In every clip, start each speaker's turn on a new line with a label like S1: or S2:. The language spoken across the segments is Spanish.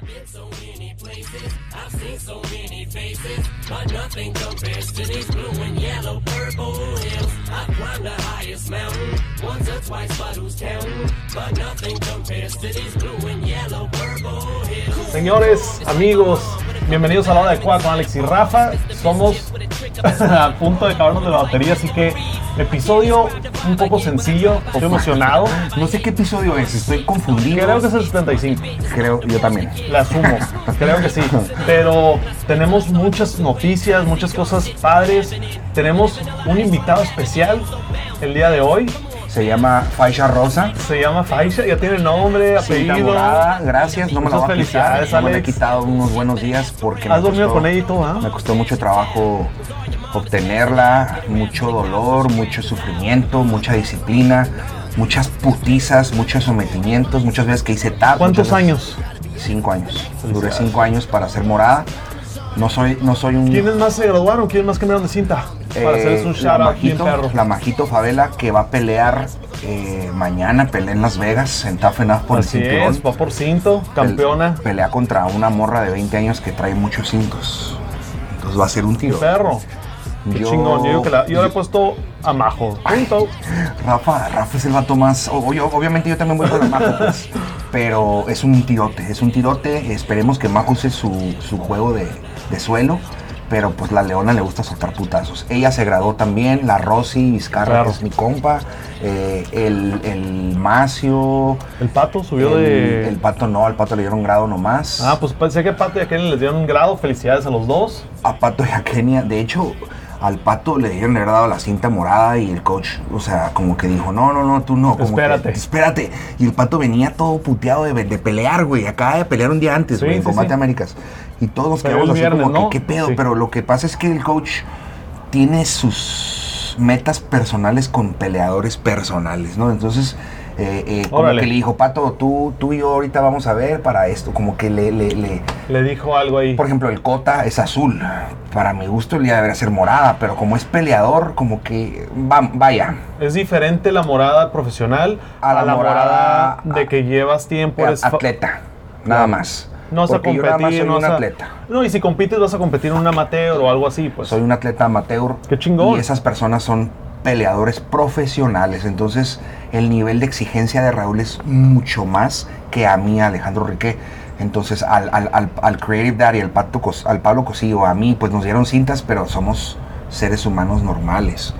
S1: been so many places, I've seen so many faces, but nothing compares to these blue and yellow purple hills. I've climbed the highest mountain, once or twice, but who's counting? But nothing compares to these blue and yellow purple hills.
S2: Señores, amigos, bienvenidos a la hora de Cuba con Alex y Rafa. Somos a punto de acabarnos de la batería, así que episodio un poco sencillo. Estoy emocionado.
S3: No sé qué episodio es, estoy confundido.
S2: Creo que es el 75.
S3: Creo, yo también.
S2: La asumo, creo que sí. Pero tenemos muchas noticias, muchas cosas padres. Tenemos un invitado especial el día de hoy.
S3: Se llama Faixa Rosa.
S2: Se llama Faisha, ya tiene nombre, apellido.
S3: enamorada, gracias, no me la
S2: Muchas
S3: voy a quitar.
S2: felicidades,
S3: No me la he
S2: Alex.
S3: quitado unos buenos días porque me
S2: Has dormido
S3: costó-
S2: con ella y todo, ¿ah?
S3: Me costó mucho trabajo obtenerla, mucho dolor, mucho sufrimiento, mucha disciplina, muchas putizas, muchos sometimientos, muchas veces que hice tap.
S2: ¿Cuántos
S3: muchas veces-
S2: años?
S3: Cinco años. Duré cinco años para ser morada. No soy, no soy un...
S2: ¿Quiénes más se graduaron? ¿Quiénes más cambiaron de cinta? Para
S3: Eh,
S2: hacerles un shout
S3: la
S2: out bien
S3: Majito,
S2: perro.
S3: la Majito Favela que va a pelear eh, mañana, pelea en Las Vegas, en Tough Enough por
S2: Así
S3: el cinturón.
S2: es, va por cinto,
S3: Pel-
S2: campeona.
S3: pelea contra una morra de 20 años que trae muchos cintos. Entonces va a ser un
S2: Qué
S3: tiro.
S2: perro. Qué
S3: Yo-
S2: chingón. Yo, digo que la- yo le he puesto a Majo. Punto.
S3: Rafa, Rafa es el vato más. o- o yo- obviamente yo también voy con la Majo, pues, pero es un tirote, es un tirote. Esperemos que Majo use su, su juego de, de suelo. Pero pues la Leona le gusta soltar putazos. Ella se graduó también, la Rosy Vizcarra,
S2: Claro.
S3: que es mi compa, eh, el, el Macio.
S2: El pato subió
S3: el,
S2: de.
S3: el pato no, al pato le dieron grado nomás.
S2: Ah, pues pensé que Pato y a Kenny les dieron un grado. Felicidades a los dos.
S3: a Pato y a Kenia. De hecho, al Pato le dieron dado la cinta morada y el coach, o sea, como que dijo, no, no, no, tú no. Como que,
S2: Espérate.
S3: espérate. Y el Pato venía todo puteado de, de pelear, güey. Acaba de pelear un día antes,
S2: Sí,
S3: güey, en
S2: sí,
S3: Combate
S2: sí.
S3: Américas. Y todos nos
S2: Pero el
S3: quedamos así
S2: viernes,
S3: como que,
S2: ¿no?
S3: ¿qué pedo?
S2: Sí.
S3: Pero lo que pasa es que el coach tiene sus metas personales con peleadores personales, ¿no? Entonces... eh, eh, como
S2: Órale.
S3: que le dijo, Pato, tú, tú y yo ahorita vamos a ver para esto. Como que le- le- le,
S2: Le dijo algo ahí.
S3: por ejemplo, el Cota es azul. Para mi gusto, el día debería ser morada, pero como es peleador, como que. va- vaya.
S2: Es diferente la morada profesional a la, morada, de que llevas tiempo. eres fa-
S3: atleta. Nada más.
S2: No vas a
S3: Porque yo nada más
S2: competir,
S3: soy
S2: no
S3: un
S2: vas a-
S3: atleta.
S2: No, y si compites vas a competir en un amateur o algo así, pues.
S3: Soy un atleta amateur.
S2: Qué chingón.
S3: Y esas personas son peleadores profesionales. Entonces, el nivel de exigencia de Raúl es mucho más que a mí, Alejandro Riquet. Entonces, al, al, al, al Creative Daddy, al, Pato Cos- al Pablo Cosillo, a mí, pues nos dieron cintas, pero somos seres humanos normales.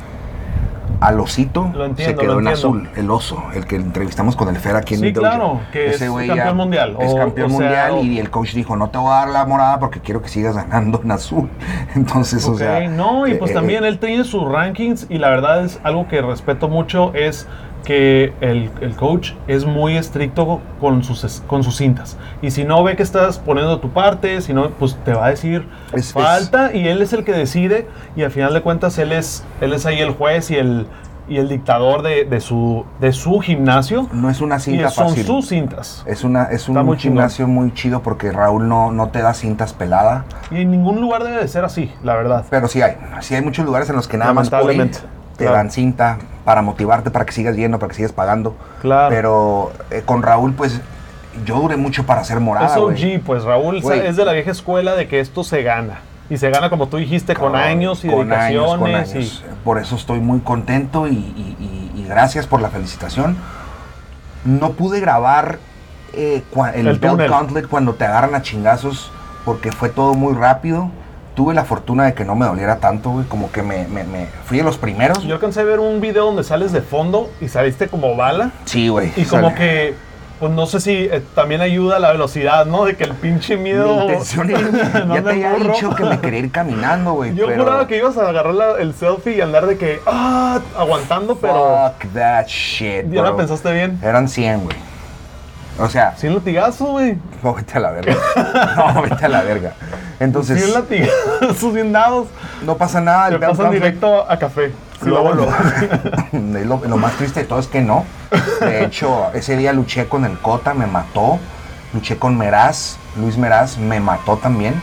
S3: Al osito
S2: Lo entiendo,
S3: se quedó
S2: lo
S3: en
S2: entiendo.
S3: azul, el oso, el que entrevistamos con el Fer aquí en
S2: Sí,
S3: el dojo.
S2: claro, que es
S3: güey
S2: campeón mundial,
S3: Es
S2: o-
S3: campeón
S2: o sea,
S3: mundial
S2: o-
S3: y el coach dijo, no te voy a dar la morada porque quiero que sigas ganando en azul. Entonces, o
S2: Ok,
S3: sea,
S2: no, y
S3: eh,
S2: pues
S3: eh,
S2: también él tiene sus rankings y la verdad es algo que respeto mucho es que el, el coach es muy estricto con sus, es- con sus cintas. Y si no ve que estás poniendo tu parte, si no, pues te va a decir
S3: eh, Es- es-
S2: falta y él es el que decide y al final de cuentas él es, él es ahí el juez y el, y el dictador de, de su, de su gimnasio.
S3: no es una
S2: Y
S3: cinta
S2: son
S3: fácil.
S2: sus cintas.
S3: Es una es
S2: Está
S3: un
S2: muy chingón.
S3: gimnasio muy chido porque Raúl no, no te da cintas pelada,
S2: Y en ningún lugar debe de ser así, la verdad.
S3: pero sí hay, sí hay muchos lugares en los que nada más por ir
S2: Lamentablemente,
S3: te
S2: claro.
S3: dan cinta para motivarte, para que sigas yendo, para que sigas pagando.
S2: Claro.
S3: Pero eh, con Raúl pues yo duré mucho para ser morada,
S2: Es
S3: güey.
S2: OG, pues Raúl
S3: Güey.
S2: es de la vieja escuela de que esto se gana. Y se gana, como tú dijiste, con
S3: Cabrón,
S2: años y
S3: con
S2: dedicaciones.
S3: años, con años. Por eso estoy muy contento y, y- y- y gracias por la felicitación. No pude grabar eh, cua- el,
S2: El
S3: Belt
S2: túnel.
S3: Gauntlet cuando te agarran a chingazos porque fue todo muy rápido. Tuve la fortuna de que no me doliera tanto, güey. Como que me, me- me- fui de los primeros.
S2: y- Yo alcancé a ver un video donde sales de fondo y saliste como bala.
S3: sí, güey.
S2: Y como
S3: sale.
S2: que, pues no sé si eh, también ayuda la velocidad, ¿no? De que el pinche miedo.
S3: Mi intención era-
S2: No
S3: ya
S2: anda
S3: te había
S2: burro.
S3: dicho que me quería ir caminando, güey.
S2: Yo
S3: pero-
S2: juraba que ibas a agarrar la- el selfie y andar de que, ah, aguantando, pero.
S3: Fuck that shit,
S2: Ya la
S3: bro.
S2: pensaste bien.
S3: Eran 100, güey. O sea,
S2: Sin latigazo, güey.
S3: No, vete a la verga. No, vete a la verga. Entonces,
S2: Sin latigazos, bien dados.
S3: no pasa nada.
S2: Te
S3: Bell
S2: pasan
S3: Gauntlet-
S2: directo a café. Si
S3: Lo,
S2: lo
S3: lo-
S2: vuelvo.
S3: es lo- lo más triste de todo es que no. De hecho, ese día luché con el Cota, me mató. Luché con Meraz, Luis Meraz, me mató también.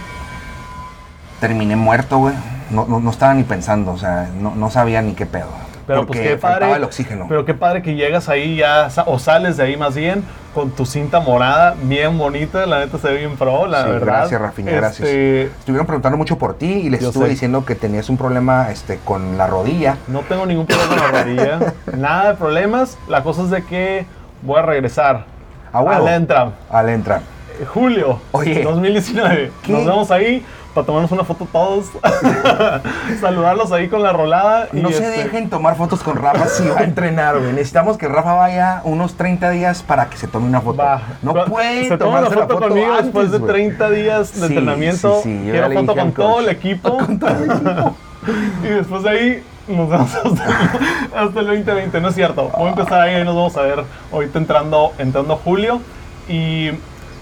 S3: Terminé muerto, güey. No, no- no estaba ni pensando, o sea, no, no sabía ni qué pedo.
S2: Pero
S3: Porque
S2: pues qué
S3: faltaba
S2: padre.
S3: el oxígeno.
S2: Pero qué padre que llegas ahí ya, sa- o sales de ahí más bien, con tu cinta morada bien bonita. La neta se ve bien pro, la
S3: Sí,
S2: verdad.
S3: Gracias, Rafinha,
S2: Este,
S3: gracias. Estuvieron preguntando mucho por ti y les
S2: Yo
S3: estuve
S2: sé.
S3: diciendo que tenías un problema este, con la rodilla.
S2: No tengo ningún problema con la rodilla. Nada de problemas. La cosa es de que voy a regresar.
S3: A huevo.
S2: la entrada.
S3: Al entrar.
S2: Eh, Julio
S3: Oye.
S2: 2019.
S3: ¿Qué?
S2: Nos vemos ahí para tomarnos una foto todos. Saludarlos ahí con la rolada. y
S3: No se
S2: este,
S3: dejen tomar fotos con Rafa si va a entrenar, güey. Necesitamos que Rafa vaya unos 30 días para que se tome una foto.
S2: Va.
S3: No
S2: Va.
S3: puede
S2: Se toma la
S3: tomarse
S2: foto, conmigo
S3: antes,
S2: después de
S3: güey.
S2: 30 días de
S3: Sí,
S2: entrenamiento.
S3: sí, sí, yo ya
S2: Quiero
S3: le
S2: foto
S3: dije al
S2: con todo
S3: coach.
S2: el equipo. y después de ahí nos vemos hasta, hasta el 2020. No es cierto. Voy a empezar ahí, ahí nos vamos a ver. Ahorita entrando, entrando julio. Y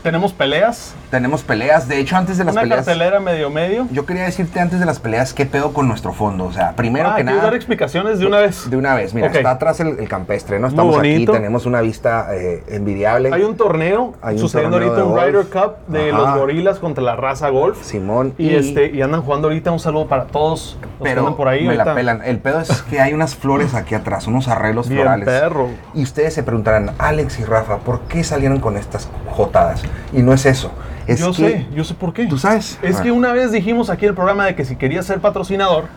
S2: tenemos peleas.
S3: Tenemos peleas. De hecho, antes de las
S2: una
S3: peleas.
S2: cartelera medio medio.
S3: Yo quería decirte antes de las peleas qué pedo con nuestro fondo. O sea, primero
S2: Ah,
S3: que
S2: ¿quieres
S3: nada.
S2: dar explicaciones de una vez?
S3: De una vez, mira,
S2: Ok.
S3: está atrás el, el campestre, ¿no? Estamos aquí,
S2: bonito.
S3: tenemos una vista eh, envidiable.
S2: Hay un torneo
S3: Hay un
S2: sucediendo
S3: torneo de
S2: ahorita, un
S3: golf.
S2: Ryder Cup de
S3: Ajá.
S2: los gorilas contra la raza golf.
S3: Simón.
S2: Y, este, y andan jugando ahorita. Un saludo para todos los que
S3: Pero
S2: andan por ahí.
S3: me la
S2: ahorita.
S3: pelan. El pedo es que hay unas flores aquí atrás, unos arreglos
S2: Bien
S3: florales.
S2: perro.
S3: Y ustedes se preguntarán, Alex y Rafa, ¿por qué salieron con estas jotadas? Y no es eso. Es
S2: yo
S3: que-
S2: sé, yo sé por qué.
S3: ¿Tú sabes? Ah.
S2: Es que una vez dijimos aquí en el programa de que si querías ser patrocinador,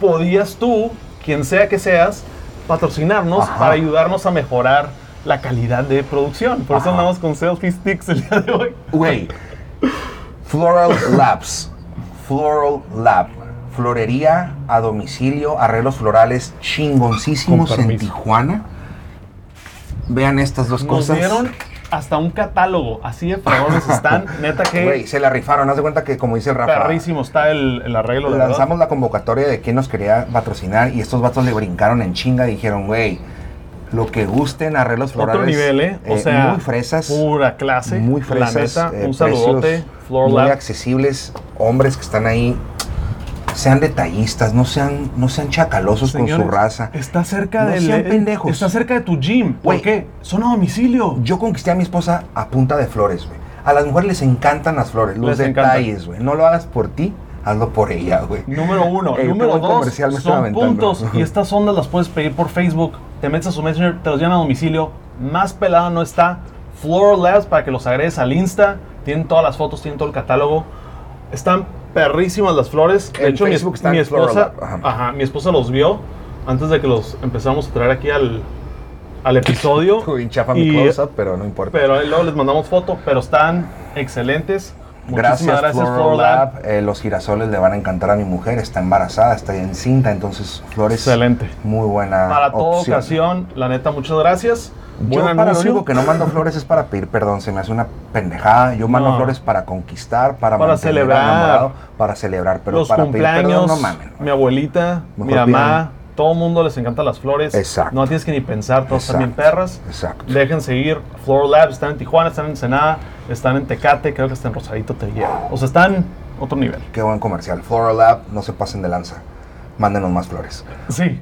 S2: podías tú, quien sea que seas, patrocinarnos
S3: Ajá.
S2: para ayudarnos a mejorar la calidad de producción. Por eso
S3: Ajá.
S2: andamos con selfie sticks el día de hoy.
S3: Güey. Floral Labs. Floral Lab. Florería a domicilio, arreglos florales chingoncísimos
S2: Con
S3: en
S2: permiso.
S3: Tijuana. Vean estas dos
S2: Nos
S3: Pues cosas.
S2: dieron hasta un catálogo, así de fregones están. Neta que
S3: Güey, se la rifaron. Haz de cuenta que, como dice el Rafa,
S2: perrísimo está el, el arreglo. la verdad.
S3: lanzamos la convocatoria de quién nos quería patrocinar y estos vatos le brincaron en chinga y dijeron, güey, lo que gusten, arreglos florales.
S2: Otro nivel, ¿eh? O
S3: eh,
S2: sea,
S3: muy fresas.
S2: Pura clase.
S3: muy fresas,
S2: La neta,
S3: eh,
S2: un
S3: precios
S2: saludote. Floor
S3: muy
S2: Lab.
S3: accesibles, hombres que están ahí, sean detallistas, no sean, no sean chacalosos con
S2: Señores,
S3: su raza.
S2: Está cerca
S3: No
S2: del. eh,
S3: sean pendejos.
S2: Está cerca de tu gym. ¿Por
S3: Güey.
S2: qué? Son a domicilio.
S3: Yo conquisté a mi esposa a punta de flores, güey. A las mujeres les encantan las flores, los
S2: Les encanta.
S3: detalles, güey. No lo hagas por ti, hazlo por ella, güey.
S2: Número uno.
S3: El
S2: Número
S3: plan
S2: dos.
S3: comercial me estaba
S2: son
S3: aventando.
S2: puntos. Y estas ondas las puedes pedir por Facebook. Te metes a su Messenger, te los llevan a domicilio. Más pelado no está. Floral Labs para que los agregues al Insta. Tienen todas las fotos, tienen todo el catálogo. Están perrísimas las flores. De
S3: En
S2: hecho, mi,
S3: Facebook están
S2: mi
S3: en Floral
S2: esposa.
S3: Lab, ajá.
S2: ajá, mi esposa los vio antes de que los empezamos a traer aquí al, al episodio.
S3: Uy, chafa mi
S2: Y-
S3: close-up, pero no importa.
S2: Pero ahí luego les mandamos foto, pero están excelentes.
S3: Gracias,
S2: Muchísimas gracias,
S3: Floral
S2: Floral Lab.
S3: Lab. Eh, los girasoles le van a encantar a mi mujer. Está embarazada, está encinta, entonces flores.
S2: Excelente.
S3: Muy buena.
S2: Para toda
S3: Ah, opción.
S2: ocasión, la neta, muchas gracias.
S3: Yo
S2: Buen
S3: para lo
S2: anuncio.
S3: único que no mando flores es para pedir perdón, se me hace una pendejada. Yo mando
S2: No.
S3: flores para conquistar, para,
S2: Para
S3: mantener al
S2: celebrar.
S3: enamorado, para celebrar, pero
S2: Los
S3: para
S2: cumpleaños,
S3: pedir perdón no mamen.
S2: mi abuelita, mi
S3: Mejor
S2: mamá, todo mundo les encantan las flores.
S3: Exacto.
S2: No tienes que ni pensar, todos están bien
S3: Exacto.
S2: perras.
S3: Exacto.
S2: Dejen seguir Floral Lab, están en Tijuana, están en Ensenada, están en Tecate, creo que está en Rosarito te lleva. O sea, están otro nivel.
S3: Qué buen comercial. Floral Lab, no se pasen de lanza. Mándenos más flores.
S2: Sí,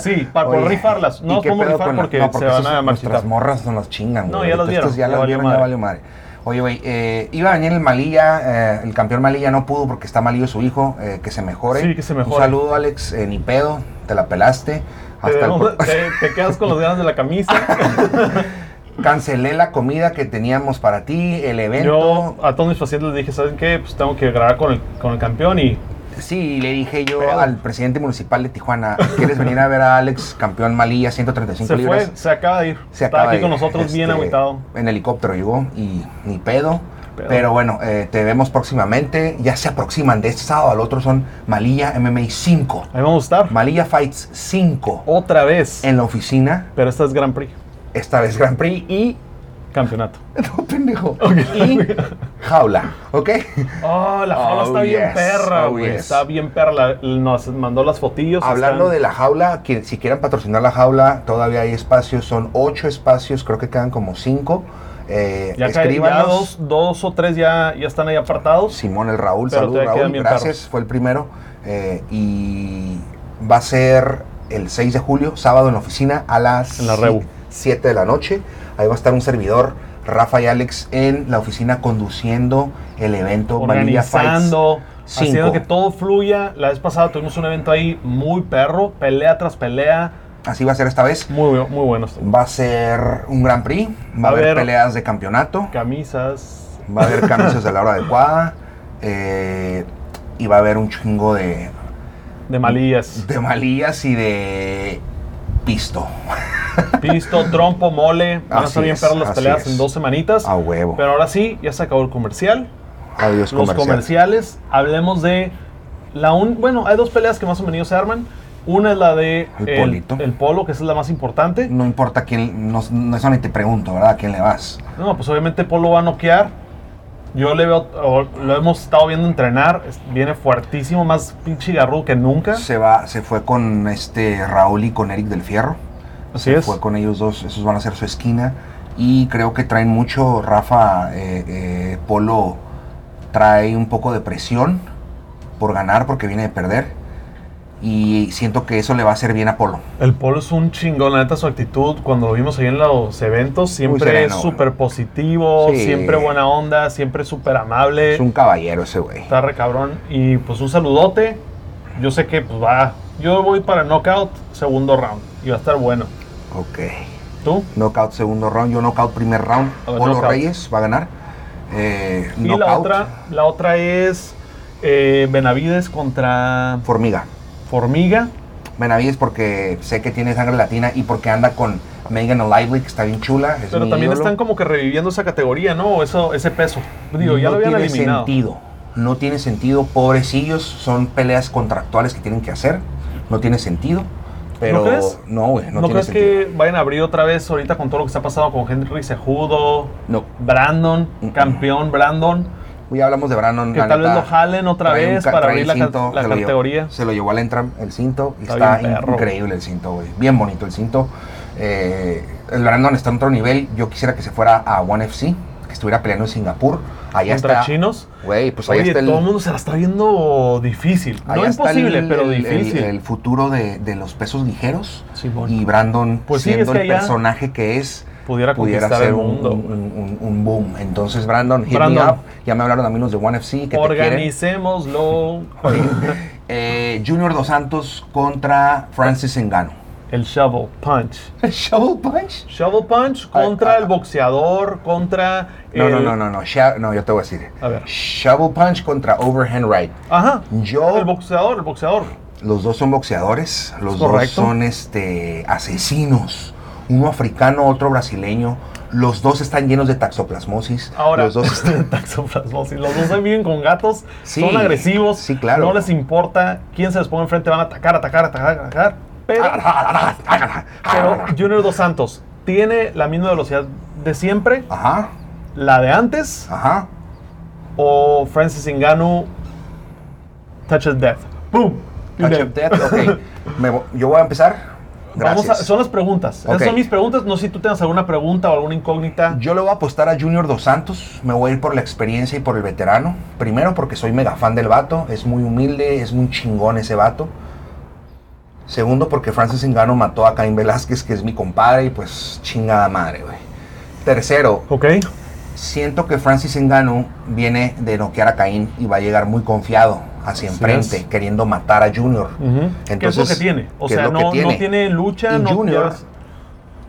S2: sí, para
S3: Oye,
S2: poder rifarlas.
S3: ¿y
S2: No las
S3: qué
S2: podemos
S3: pedo
S2: rifar
S3: con la-
S2: porque,
S3: no,
S2: se van
S3: estos-
S2: a marchitar.
S3: Nuestras morras son las chingan,
S2: No,
S3: güey.
S2: ya las
S3: Ahorita
S2: vieron,
S3: estos ya
S2: ya
S3: las
S2: valió
S3: vieron, ya
S2: madre.
S3: valió madre. Oye, güey, eh, iba a venir el Malilla, eh, el campeón Malilla no pudo porque está malillo su hijo, eh, que se mejore.
S2: Sí, que se
S3: Un
S2: mejore.
S3: saludo, Alex, eh, ni pedo, te la pelaste.
S2: Te,
S3: Hasta el
S2: damos-
S3: pro-
S2: te- te quedas con las ganas de la camisa.
S3: Cancelé la comida que teníamos para ti, el evento.
S2: Yo a todos mis pacientes les dije, ¿saben qué? Pues tengo que grabar con el, con el campeón y
S3: Sí, le dije yo
S2: Pedo.
S3: al presidente municipal de Tijuana, ¿quieres venir a ver a Alex, campeón Malilla, 135
S2: se
S3: libras?
S2: fue, se acaba de ir.
S3: se
S2: Está
S3: acaba
S2: aquí
S3: de-
S2: con nosotros bien
S3: este,
S2: agüitado.
S3: En helicóptero llegó y ni pedo.
S2: Pedo.
S3: Pero bueno, eh, te vemos próximamente. Ya se aproximan de este sábado al otro. Son Malilla MMA 5.
S2: Ahí vamos a estar.
S3: Malilla Fights 5.
S2: Otra vez.
S3: En la oficina.
S2: Pero esta es Grand Prix,
S3: Esta vez Grand Prix y.
S2: campeonato.
S3: No, pendejo. Y jaula. ¿Ok?
S2: Oh, la jaula
S3: Oh,
S2: está bien
S3: yes,
S2: perra,
S3: oh,
S2: güey.
S3: yes.
S2: Está bien perra. La- nos mandó las fotillos.
S3: Hablando
S2: están-
S3: de la jaula, que si quieren patrocinar la jaula, todavía hay espacios. Son ocho espacios. Creo que quedan como cinco. Eh,
S2: Ya, ca- ya
S3: escríbanos.
S2: dos, dos o tres ya, ya están ahí apartados.
S3: Simón, el Raúl,
S2: Pero
S3: saludos
S2: todavía
S3: Raúl,
S2: quedan bien
S3: gracias, fue el primero. eh, y va a ser el 6 de julio, sábado en la oficina a las
S2: En la Rebu.
S3: 7 de la noche. Ahí va a estar un servidor, Rafa y Alex, en la oficina conduciendo el evento Vanilla Fights.
S2: organizando,
S3: Cinco.
S2: haciendo que todo fluya. La vez pasada tuvimos un evento ahí muy perro, pelea tras pelea,
S3: Así va a ser esta vez.
S2: Muy, bu- muy bueno este. esto.
S3: Va a ser un Gran Prix, va,
S2: Va
S3: a
S2: a
S3: haber,
S2: haber-
S3: peleas de campeonato,
S2: Camisas.
S3: va a haber camisas a la hora adecuada eh, y va a haber un chingo de,
S2: De malillas.
S3: de malillas y de pisto
S2: Pisto, trompo, mole. Van a
S3: Así
S2: estar bien
S3: es,
S2: perras las
S3: así
S2: peleas
S3: es.
S2: en dos semanitas.
S3: a huevo.
S2: Pero ahora sí, ya se acabó el comercial. Los
S3: Adiós comercial.
S2: comerciales, hablemos de la un, bueno, hay dos peleas que más o menos se arman. Una es la de
S3: El polito. Mm.
S2: el polo, que esa es la más importante.
S3: No importa quién, no, no, eso ni te pregunto, ¿verdad? ¿A quién le vas?
S2: No, pues obviamente Polo va a noquear. Yo le veo, o lo hemos estado viendo entrenar, es- viene fuertísimo, más pinche garrudo que nunca.
S3: Se va, se fue con este Raúl y con Eric del Fierro.
S2: Así es.
S3: Fue con ellos dos, esos van a ser su esquina. Y creo que traen mucho, Rafa eh, eh, Polo trae un poco de presión por ganar porque viene de perder. Y siento que eso le va a hacer bien a Polo.
S2: El Polo es un chingón, la neta su actitud, cuando lo vimos ahí en los eventos, siempre
S3: sereno,
S2: es
S3: güey.
S2: súper positivo,
S3: Sí.
S2: siempre buena onda, siempre súper amable.
S3: Es un caballero ese güey.
S2: Está re cabrón. Y pues un saludote. Yo sé que pues va. Yo voy para knockout, segundo round. Y va a estar bueno.
S3: Ok.
S2: ¿Tú?
S3: Knockout segundo round, yo knockout primer round.
S2: A ver,
S3: Polo
S2: Ah, knockout.
S3: Reyes va a ganar. Eh,
S2: Y la
S3: knockout,
S2: otra, la otra es eh, Benavides contra
S3: Formiga.
S2: Formiga.
S3: Benavides porque sé que tiene sangre latina y porque anda con Megan Lively, que está bien chula. es
S2: Pero
S3: mi
S2: también
S3: ídolo.
S2: están como que reviviendo esa categoría, ¿no? O Eso, ese peso. Digo, ya
S3: no
S2: lo habían
S3: tiene
S2: eliminado.
S3: sentido. No tiene sentido, pobrecillos, son peleas contractuales que tienen que hacer. No tiene sentido. Pero
S2: ¿No crees?
S3: no, güey, no,
S2: ¿No,
S3: tiene
S2: crees
S3: sentido.
S2: que vayan a abrir otra vez ahorita con todo lo que se ha pasado con Henry Sejudo,
S3: No.
S2: Brandon,
S3: Mm-mm.
S2: campeón Brandon?
S3: Ya hablamos de Brandon.
S2: Que
S3: la
S2: tal vez
S3: neta,
S2: lo jalen otra
S3: trae un
S2: vez
S3: ca-
S2: para
S3: trae
S2: abrir
S3: el
S2: la, ca-
S3: cinto,
S2: la
S3: se lo llevó-
S2: categoría.
S3: se lo llevó al Entram el cinto y
S2: Está
S3: está,
S2: bien perro.
S3: increíble el cinto, güey. Bien bonito el cinto. Eh, el Brandon está en otro nivel. Yo quisiera que se fuera a One FC, que estuviera peleando en Singapur. Allá
S2: contra
S3: está.
S2: chinos.
S3: Güey, pues allá
S2: Oye,
S3: está el.
S2: todo el mundo se la está viendo difícil. No
S3: allá está
S2: imposible,
S3: el-
S2: pero
S3: el- el-
S2: difícil.
S3: El, futuro de, de los pesos ligeros.
S2: Simón.
S3: Y Brandon,
S2: Pues sí,
S3: siendo
S2: es que
S3: el
S2: allá
S3: personaje que es,
S2: pudiera
S3: pudiera
S2: conquistar
S3: ser
S2: el
S3: un-
S2: mundo.
S3: Un, un- un boom. Entonces, Brandon, hit
S2: Brandon.
S3: me up. Ya me hablaron amigos de One FC que te quieren.
S2: Organicémoslo.
S3: Eh, Junior Dos Santos contra Francis Engano.
S2: el Shovel Punch.
S3: Shovel Punch?
S2: Shovel Punch
S3: Ay,
S2: contra
S3: ay,
S2: el boxeador, contra.
S3: No,
S2: el-
S3: no, no, no, no. Sha- no, yo te voy a decir.
S2: A ver.
S3: Shovel Punch contra Overhand Right.
S2: Ajá.
S3: Yo-
S2: El boxeador, el boxeador.
S3: Los dos son boxeadores, los dos
S2: correcto.
S3: son este, asesinos. Uno africano, otro brasileño. Los dos están llenos de taxoplasmosis.
S2: Ahora,
S3: los dos están-
S2: taxoplasmosis. Los dos se viven con gatos,
S3: Sí,
S2: son agresivos,
S3: sí, claro.
S2: no les importa quién se les ponga enfrente, van a atacar, atacar, atacar, atacar. Pero
S3: Ah.
S2: Pero Junior Dos Santos tiene la misma velocidad de siempre,
S3: Ajá,
S2: la de antes,
S3: ajá.
S2: o Francis Ngannou touches death. ¡Boom! Y
S3: Touch
S2: dead.
S3: of death, ok. Me vo- yo voy a empezar.
S2: Vamos
S3: Gracias.
S2: a- son las preguntas.
S3: Ok.
S2: Esas son mis preguntas. No sé si tú tengas alguna pregunta o alguna incógnita.
S3: Yo le voy a apostar a Junior Dos Santos. Me voy a ir por la experiencia y por el veterano. Primero porque soy mega fan del vato. Es muy humilde, es muy chingón ese vato. Segundo porque Francis Engano mató a Caín Velázquez, que es mi compadre, y pues chingada madre, güey. Tercero,
S2: Ok.
S3: siento que Francis Engano viene de noquear a Caín y va a llegar muy confiado hacia
S2: Así
S3: enfrente,
S2: es.
S3: queriendo matar a Junior.
S2: ¿Qué es lo que tiene? O
S3: ¿qué es
S2: sea,
S3: lo
S2: no
S3: que
S2: no tiene, lucha.
S3: Y
S2: no
S3: Junior,
S2: tiene-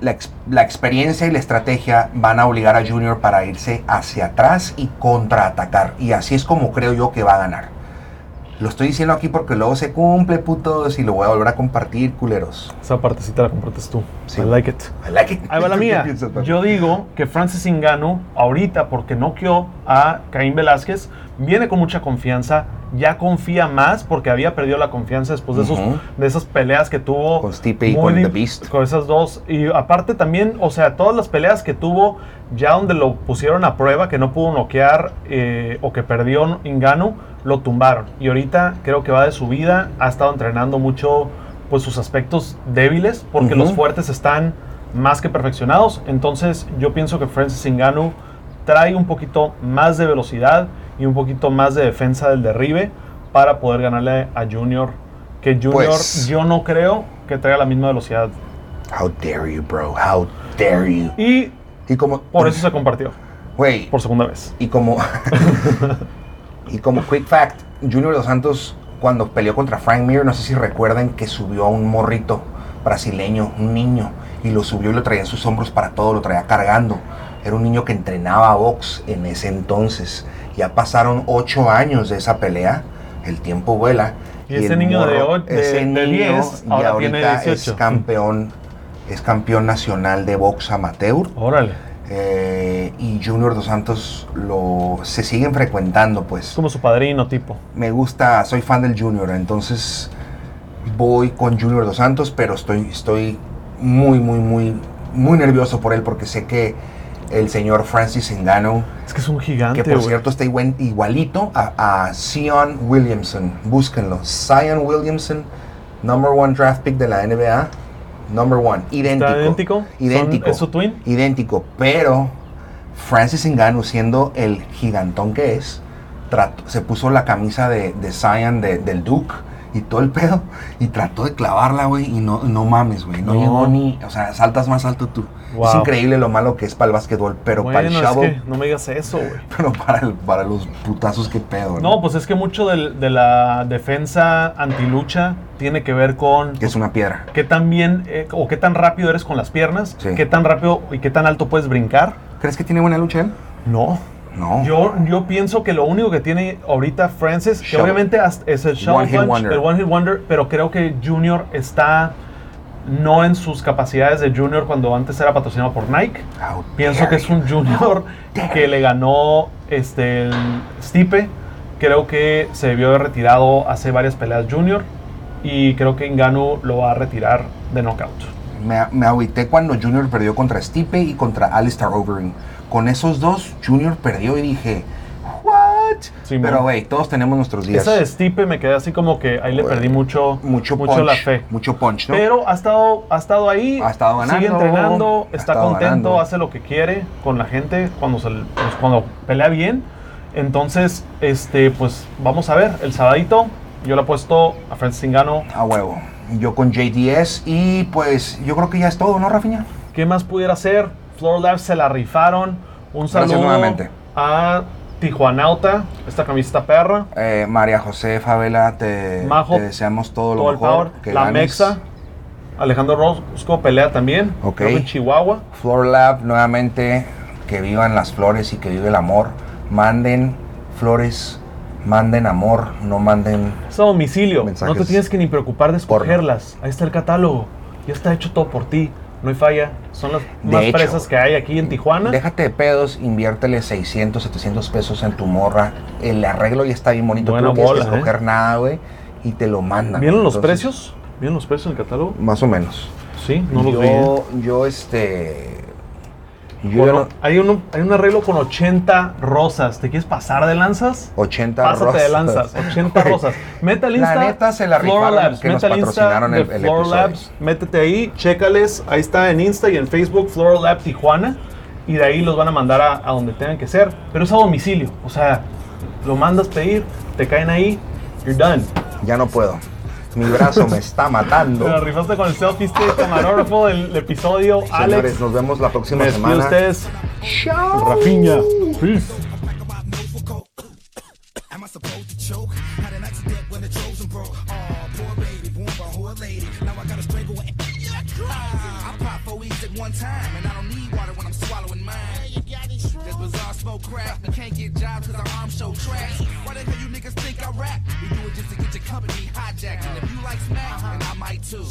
S3: la, ex- la experiencia y la estrategia van a obligar a Junior para irse hacia atrás y contraatacar. Y así es como creo yo que va a ganar. Lo estoy diciendo aquí porque luego se cumple, putos, y lo voy a volver a compartir, culeros.
S2: Esa partecita la compartes tú.
S3: Sí.
S2: I like it.
S3: I like it.
S2: Ahí va la
S3: ¿Tú qué
S2: mía.
S3: piensas, Paco?
S2: Yo digo que Francis Ngannou, ahorita porque noqueó a Caín Velázquez, viene con mucha confianza, ya confía más porque había perdido la confianza después de, esos-
S3: Ujú.
S2: de esas peleas que tuvo.
S3: Con Stipe y
S2: muy
S3: con
S2: di-
S3: The Beast.
S2: Con esas dos. Y aparte también, o sea, todas las peleas que tuvo, ya donde lo pusieron a prueba, que no pudo noquear eh, o que perdió Ngannou, lo tumbaron. Y ahorita creo que va de su vida, ha estado entrenando mucho pues sus aspectos débiles, porque
S3: Ujú.
S2: los fuertes están más que perfeccionados. Entonces, yo pienso que Francis Ngannou trae un poquito más de velocidad y un poquito más de defensa del derribe para poder ganarle a Junior. Que Junior,
S3: Pues-
S2: yo no creo que traiga la misma velocidad.
S3: How dare you, bro. How dare you.
S2: Y
S3: Y como.
S2: por eso se compartió,
S3: Güey,
S2: por segunda vez.
S3: Y como. y como quick fact, Junior Dos Santos, cuando peleó contra Frank Mir, no sé si recuerdan que subió a un morrito brasileño, un niño, y lo subió y lo traía en sus hombros para todo, lo traía cargando. Era un niño que entrenaba box en ese entonces. Ya pasaron ocho años de esa pelea, el tiempo vuela.
S2: Y ese niño de ocho- de-
S3: ese
S2: de
S3: niño
S2: 10,
S3: ya
S2: ahora
S3: ahorita
S2: tiene
S3: es
S2: 18.
S3: campeón, es campeón nacional de box amateur.
S2: Órale.
S3: Eh, y Junior dos Santos lo se siguen frecuentando,
S2: Es
S3: pues.
S2: como su padrino tipo.
S3: Me gusta, soy fan del Junior, entonces voy con Junior dos Santos, pero estoy estoy muy muy muy muy nervioso por él porque sé que el señor Francis Engano,
S2: Es que es un gigante,
S3: que por
S2: güey.
S3: cierto está iguen- igualito a, a Zion Williamson, búsquenlo. Zion Williamson, number one draft pick de la NBA, number one, idéntico.
S2: ¿Está idéntico?
S3: Idéntico
S2: Son- ¿Es su twin?
S3: idéntico, pero Francis Ngannou siendo el gigantón que es, trató- se puso la camisa de, de Zion de- del Duke y todo el pedo y trató de clavarla, güey, y no, no mames, güey, no,
S2: No.
S3: llegó ni, o sea, saltas más alto tú. Es
S2: Wow.
S3: increíble lo malo que es para el básquetbol, pero para el
S2: Bueno, es
S3: shovel,
S2: que no me digas eso, güey.
S3: pero para, el- para los putazos que pedo,
S2: No, pues es que mucho del- de, la defensa antilucha tiene que ver con
S3: Que es una piedra.
S2: qué tan bien eh, o qué tan rápido eres con las piernas,
S3: Sí.
S2: qué tan rápido y qué tan alto puedes brincar.
S3: ¿Crees que tiene buena lucha él?
S2: No.
S3: No.
S2: Yo, yo pienso que lo único que tiene ahorita Francis, que
S3: Shovel.
S2: obviamente as- es el show
S3: One hit wonder.
S2: el One Hit Wonder, pero creo que Junior está no en sus capacidades de Junior cuando antes era patrocinado por Nike.
S3: How
S2: Pienso
S3: dare
S2: que es
S3: you.
S2: un junior que le ganó este el Stipe. Creo que se debió haber retirado hace varias peleas junior. Y creo que Engano lo va a retirar de knockout.
S3: Me, me agüité cuando Junior perdió contra Stipe y contra Alistair Overeem. Con esos dos, Junior perdió y dije, ¿what?
S2: Sí,
S3: Pero,
S2: man.
S3: güey, todos tenemos nuestros días.
S2: Esa de Stipe me quedé así como que ahí le
S3: Bueno,
S2: perdí mucho,
S3: mucho,
S2: mucho
S3: punch,
S2: la fe.
S3: Mucho punch, ¿no?
S2: Pero ha estado, ha estado ahí,
S3: Ha estado
S2: sigue
S3: ganando,
S2: entrenando,
S3: ha
S2: está
S3: estado
S2: contento,
S3: ganando.
S2: hace lo que quiere con la gente cuando, se, le- pues, cuando pelea bien. Entonces, este, pues vamos a ver, el sabadito yo le he puesto a Francis Engano
S3: A huevo. Yo con JDS y, pues, yo creo que ya es todo, ¿no, Rafiña?
S2: ¿Qué más pudiera ser? Floor Labs se la rifaron. Un
S3: Gracias
S2: saludo
S3: nuevamente.
S2: a Tijuanauta, esta camiseta perra.
S3: Eh, María José Favela, te,
S2: Majo,
S3: te deseamos todo lo
S2: todo el
S3: mejor.
S2: power.
S3: que
S2: La
S3: ganes.
S2: Mexa. Alejandro Rosco pelea también.
S3: Ok.
S2: Creo que en Chihuahua.
S3: Floor Lab, nuevamente, que vivan las flores y que vive el amor. Manden flores, manden amor, no manden
S2: Es a domicilio.
S3: Mensajes.
S2: No te tienes que ni preocupar de
S3: Porno.
S2: escogerlas. Ahí está el catálogo. Ya está hecho todo por ti. No hay falla. Son las
S3: De
S2: más
S3: hecho,
S2: presas que hay aquí en Tijuana.
S3: Déjate de pedos, inviértele 600, 700 pesos en tu morra. El arreglo ya está bien bonito.
S2: Buena
S3: Tú no tienes
S2: bola,
S3: que escoger nada, güey. Y te lo mandan.
S2: ¿Vieron los
S3: Entonces,
S2: precios? ¿Vieron los precios del catálogo?
S3: Más o menos.
S2: Sí, no los
S3: yo,
S2: vi. ¿eh?
S3: yo, este. Yo
S2: Con-
S3: ya no-
S2: hay, un, hay un arreglo con 80 rosas. ¿Te quieres pasar de lanzas?
S3: 80
S2: Pásate de lanzas.
S3: rosas.
S2: 80
S3: Güey,
S2: rosas. Meta al
S3: la
S2: Insta.
S3: neta se la
S2: Floor
S3: rifaron
S2: Labs.
S3: que nos
S2: Meta al Insta
S3: patrocinaron el-
S2: de
S3: el
S2: Floor
S3: episodio.
S2: Labs. Métete ahí, chécales. Ahí está en Insta y en Facebook, Floor Lab Tijuana. Y de ahí los van a mandar a, a donde tengan que ser. Pero es a domicilio. O sea, lo mandas pedir, te caen ahí, you're done.
S3: Ya no puedo. Mi brazo me está
S2: Te la
S3: matando.
S2: rifaste con el selfie stick camarógrafo del episodio.
S3: Señores,
S2: Alex,
S3: nos vemos la próxima
S2: me despido de
S3: semana.
S2: ustedes.
S3: Chao.
S2: Rafiña. Peace.
S4: Am I supposed to choke? Had an accident when the Trojan broke. Aw, poor baby, born by a whore lady. Now I gotta strangle and I pop four E's at one time, and I don't need water when I'm swallowing mine. This bizarre smoke crack, I can't get jobs cause our arms show trash. Why the hell you niggas think I rap? We do it just to get your company hijacked. And if you like smack, and I might too.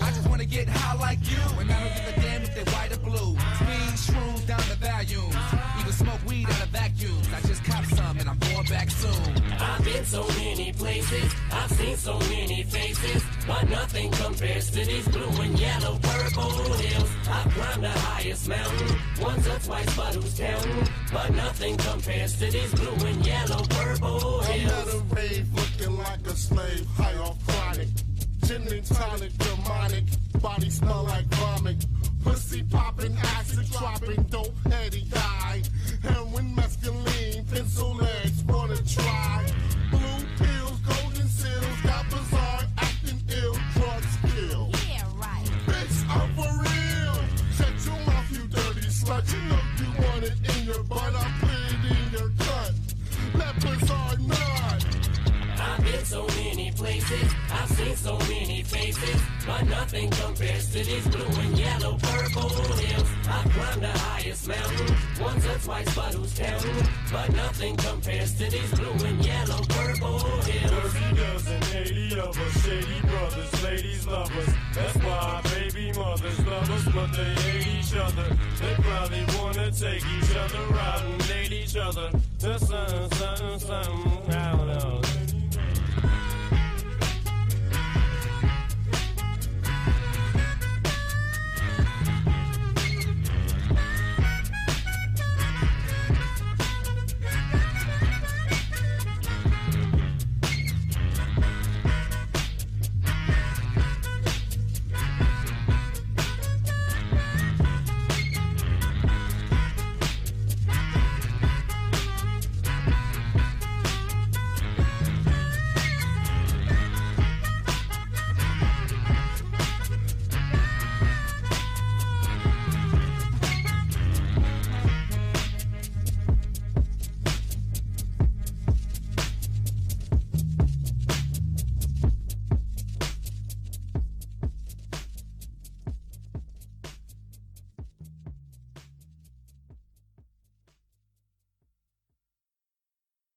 S4: I just wanna get high like you, and I don't give a damn if they white or blue. Speed shrooms down the values, even smoke weed out of vacuums. I just cop some, and I'm going back soon.
S1: I've been so many places, I've seen so many faces, but nothing compares to these blue and yellow purple hills. I've climbed the highest mountain, once or twice, but who's counting? But nothing compares to these blue and yellow purple hills.
S5: Another rave looking like a slave, high off chronic. Gin and tonic, demonic, body smell like vomit. Pussy popping, acid dropping, dope heady guy. Heroin, mescaline, pencil legs, wanna try. Blue pills, golden seals, got bizarre, acting ill, drug skill. Bitch, I'm for real. Shut your mouth, you dirty slut. You know you want it in your butt. I put it in your gut. Lepers are not.
S1: I've been so many places, I've seen seen so many faces, but nothing compares to these blue and yellow purple hills. I climbed the highest mountain once or twice, but who's counting? But nothing compares to these blue and yellow purple hills.
S5: Dirty dozen, 80 of us, shady brothers, ladies, lovers. That's why our baby mothers love us, but they hate each other. They probably wanna take each other out and date each other. There's something, something, something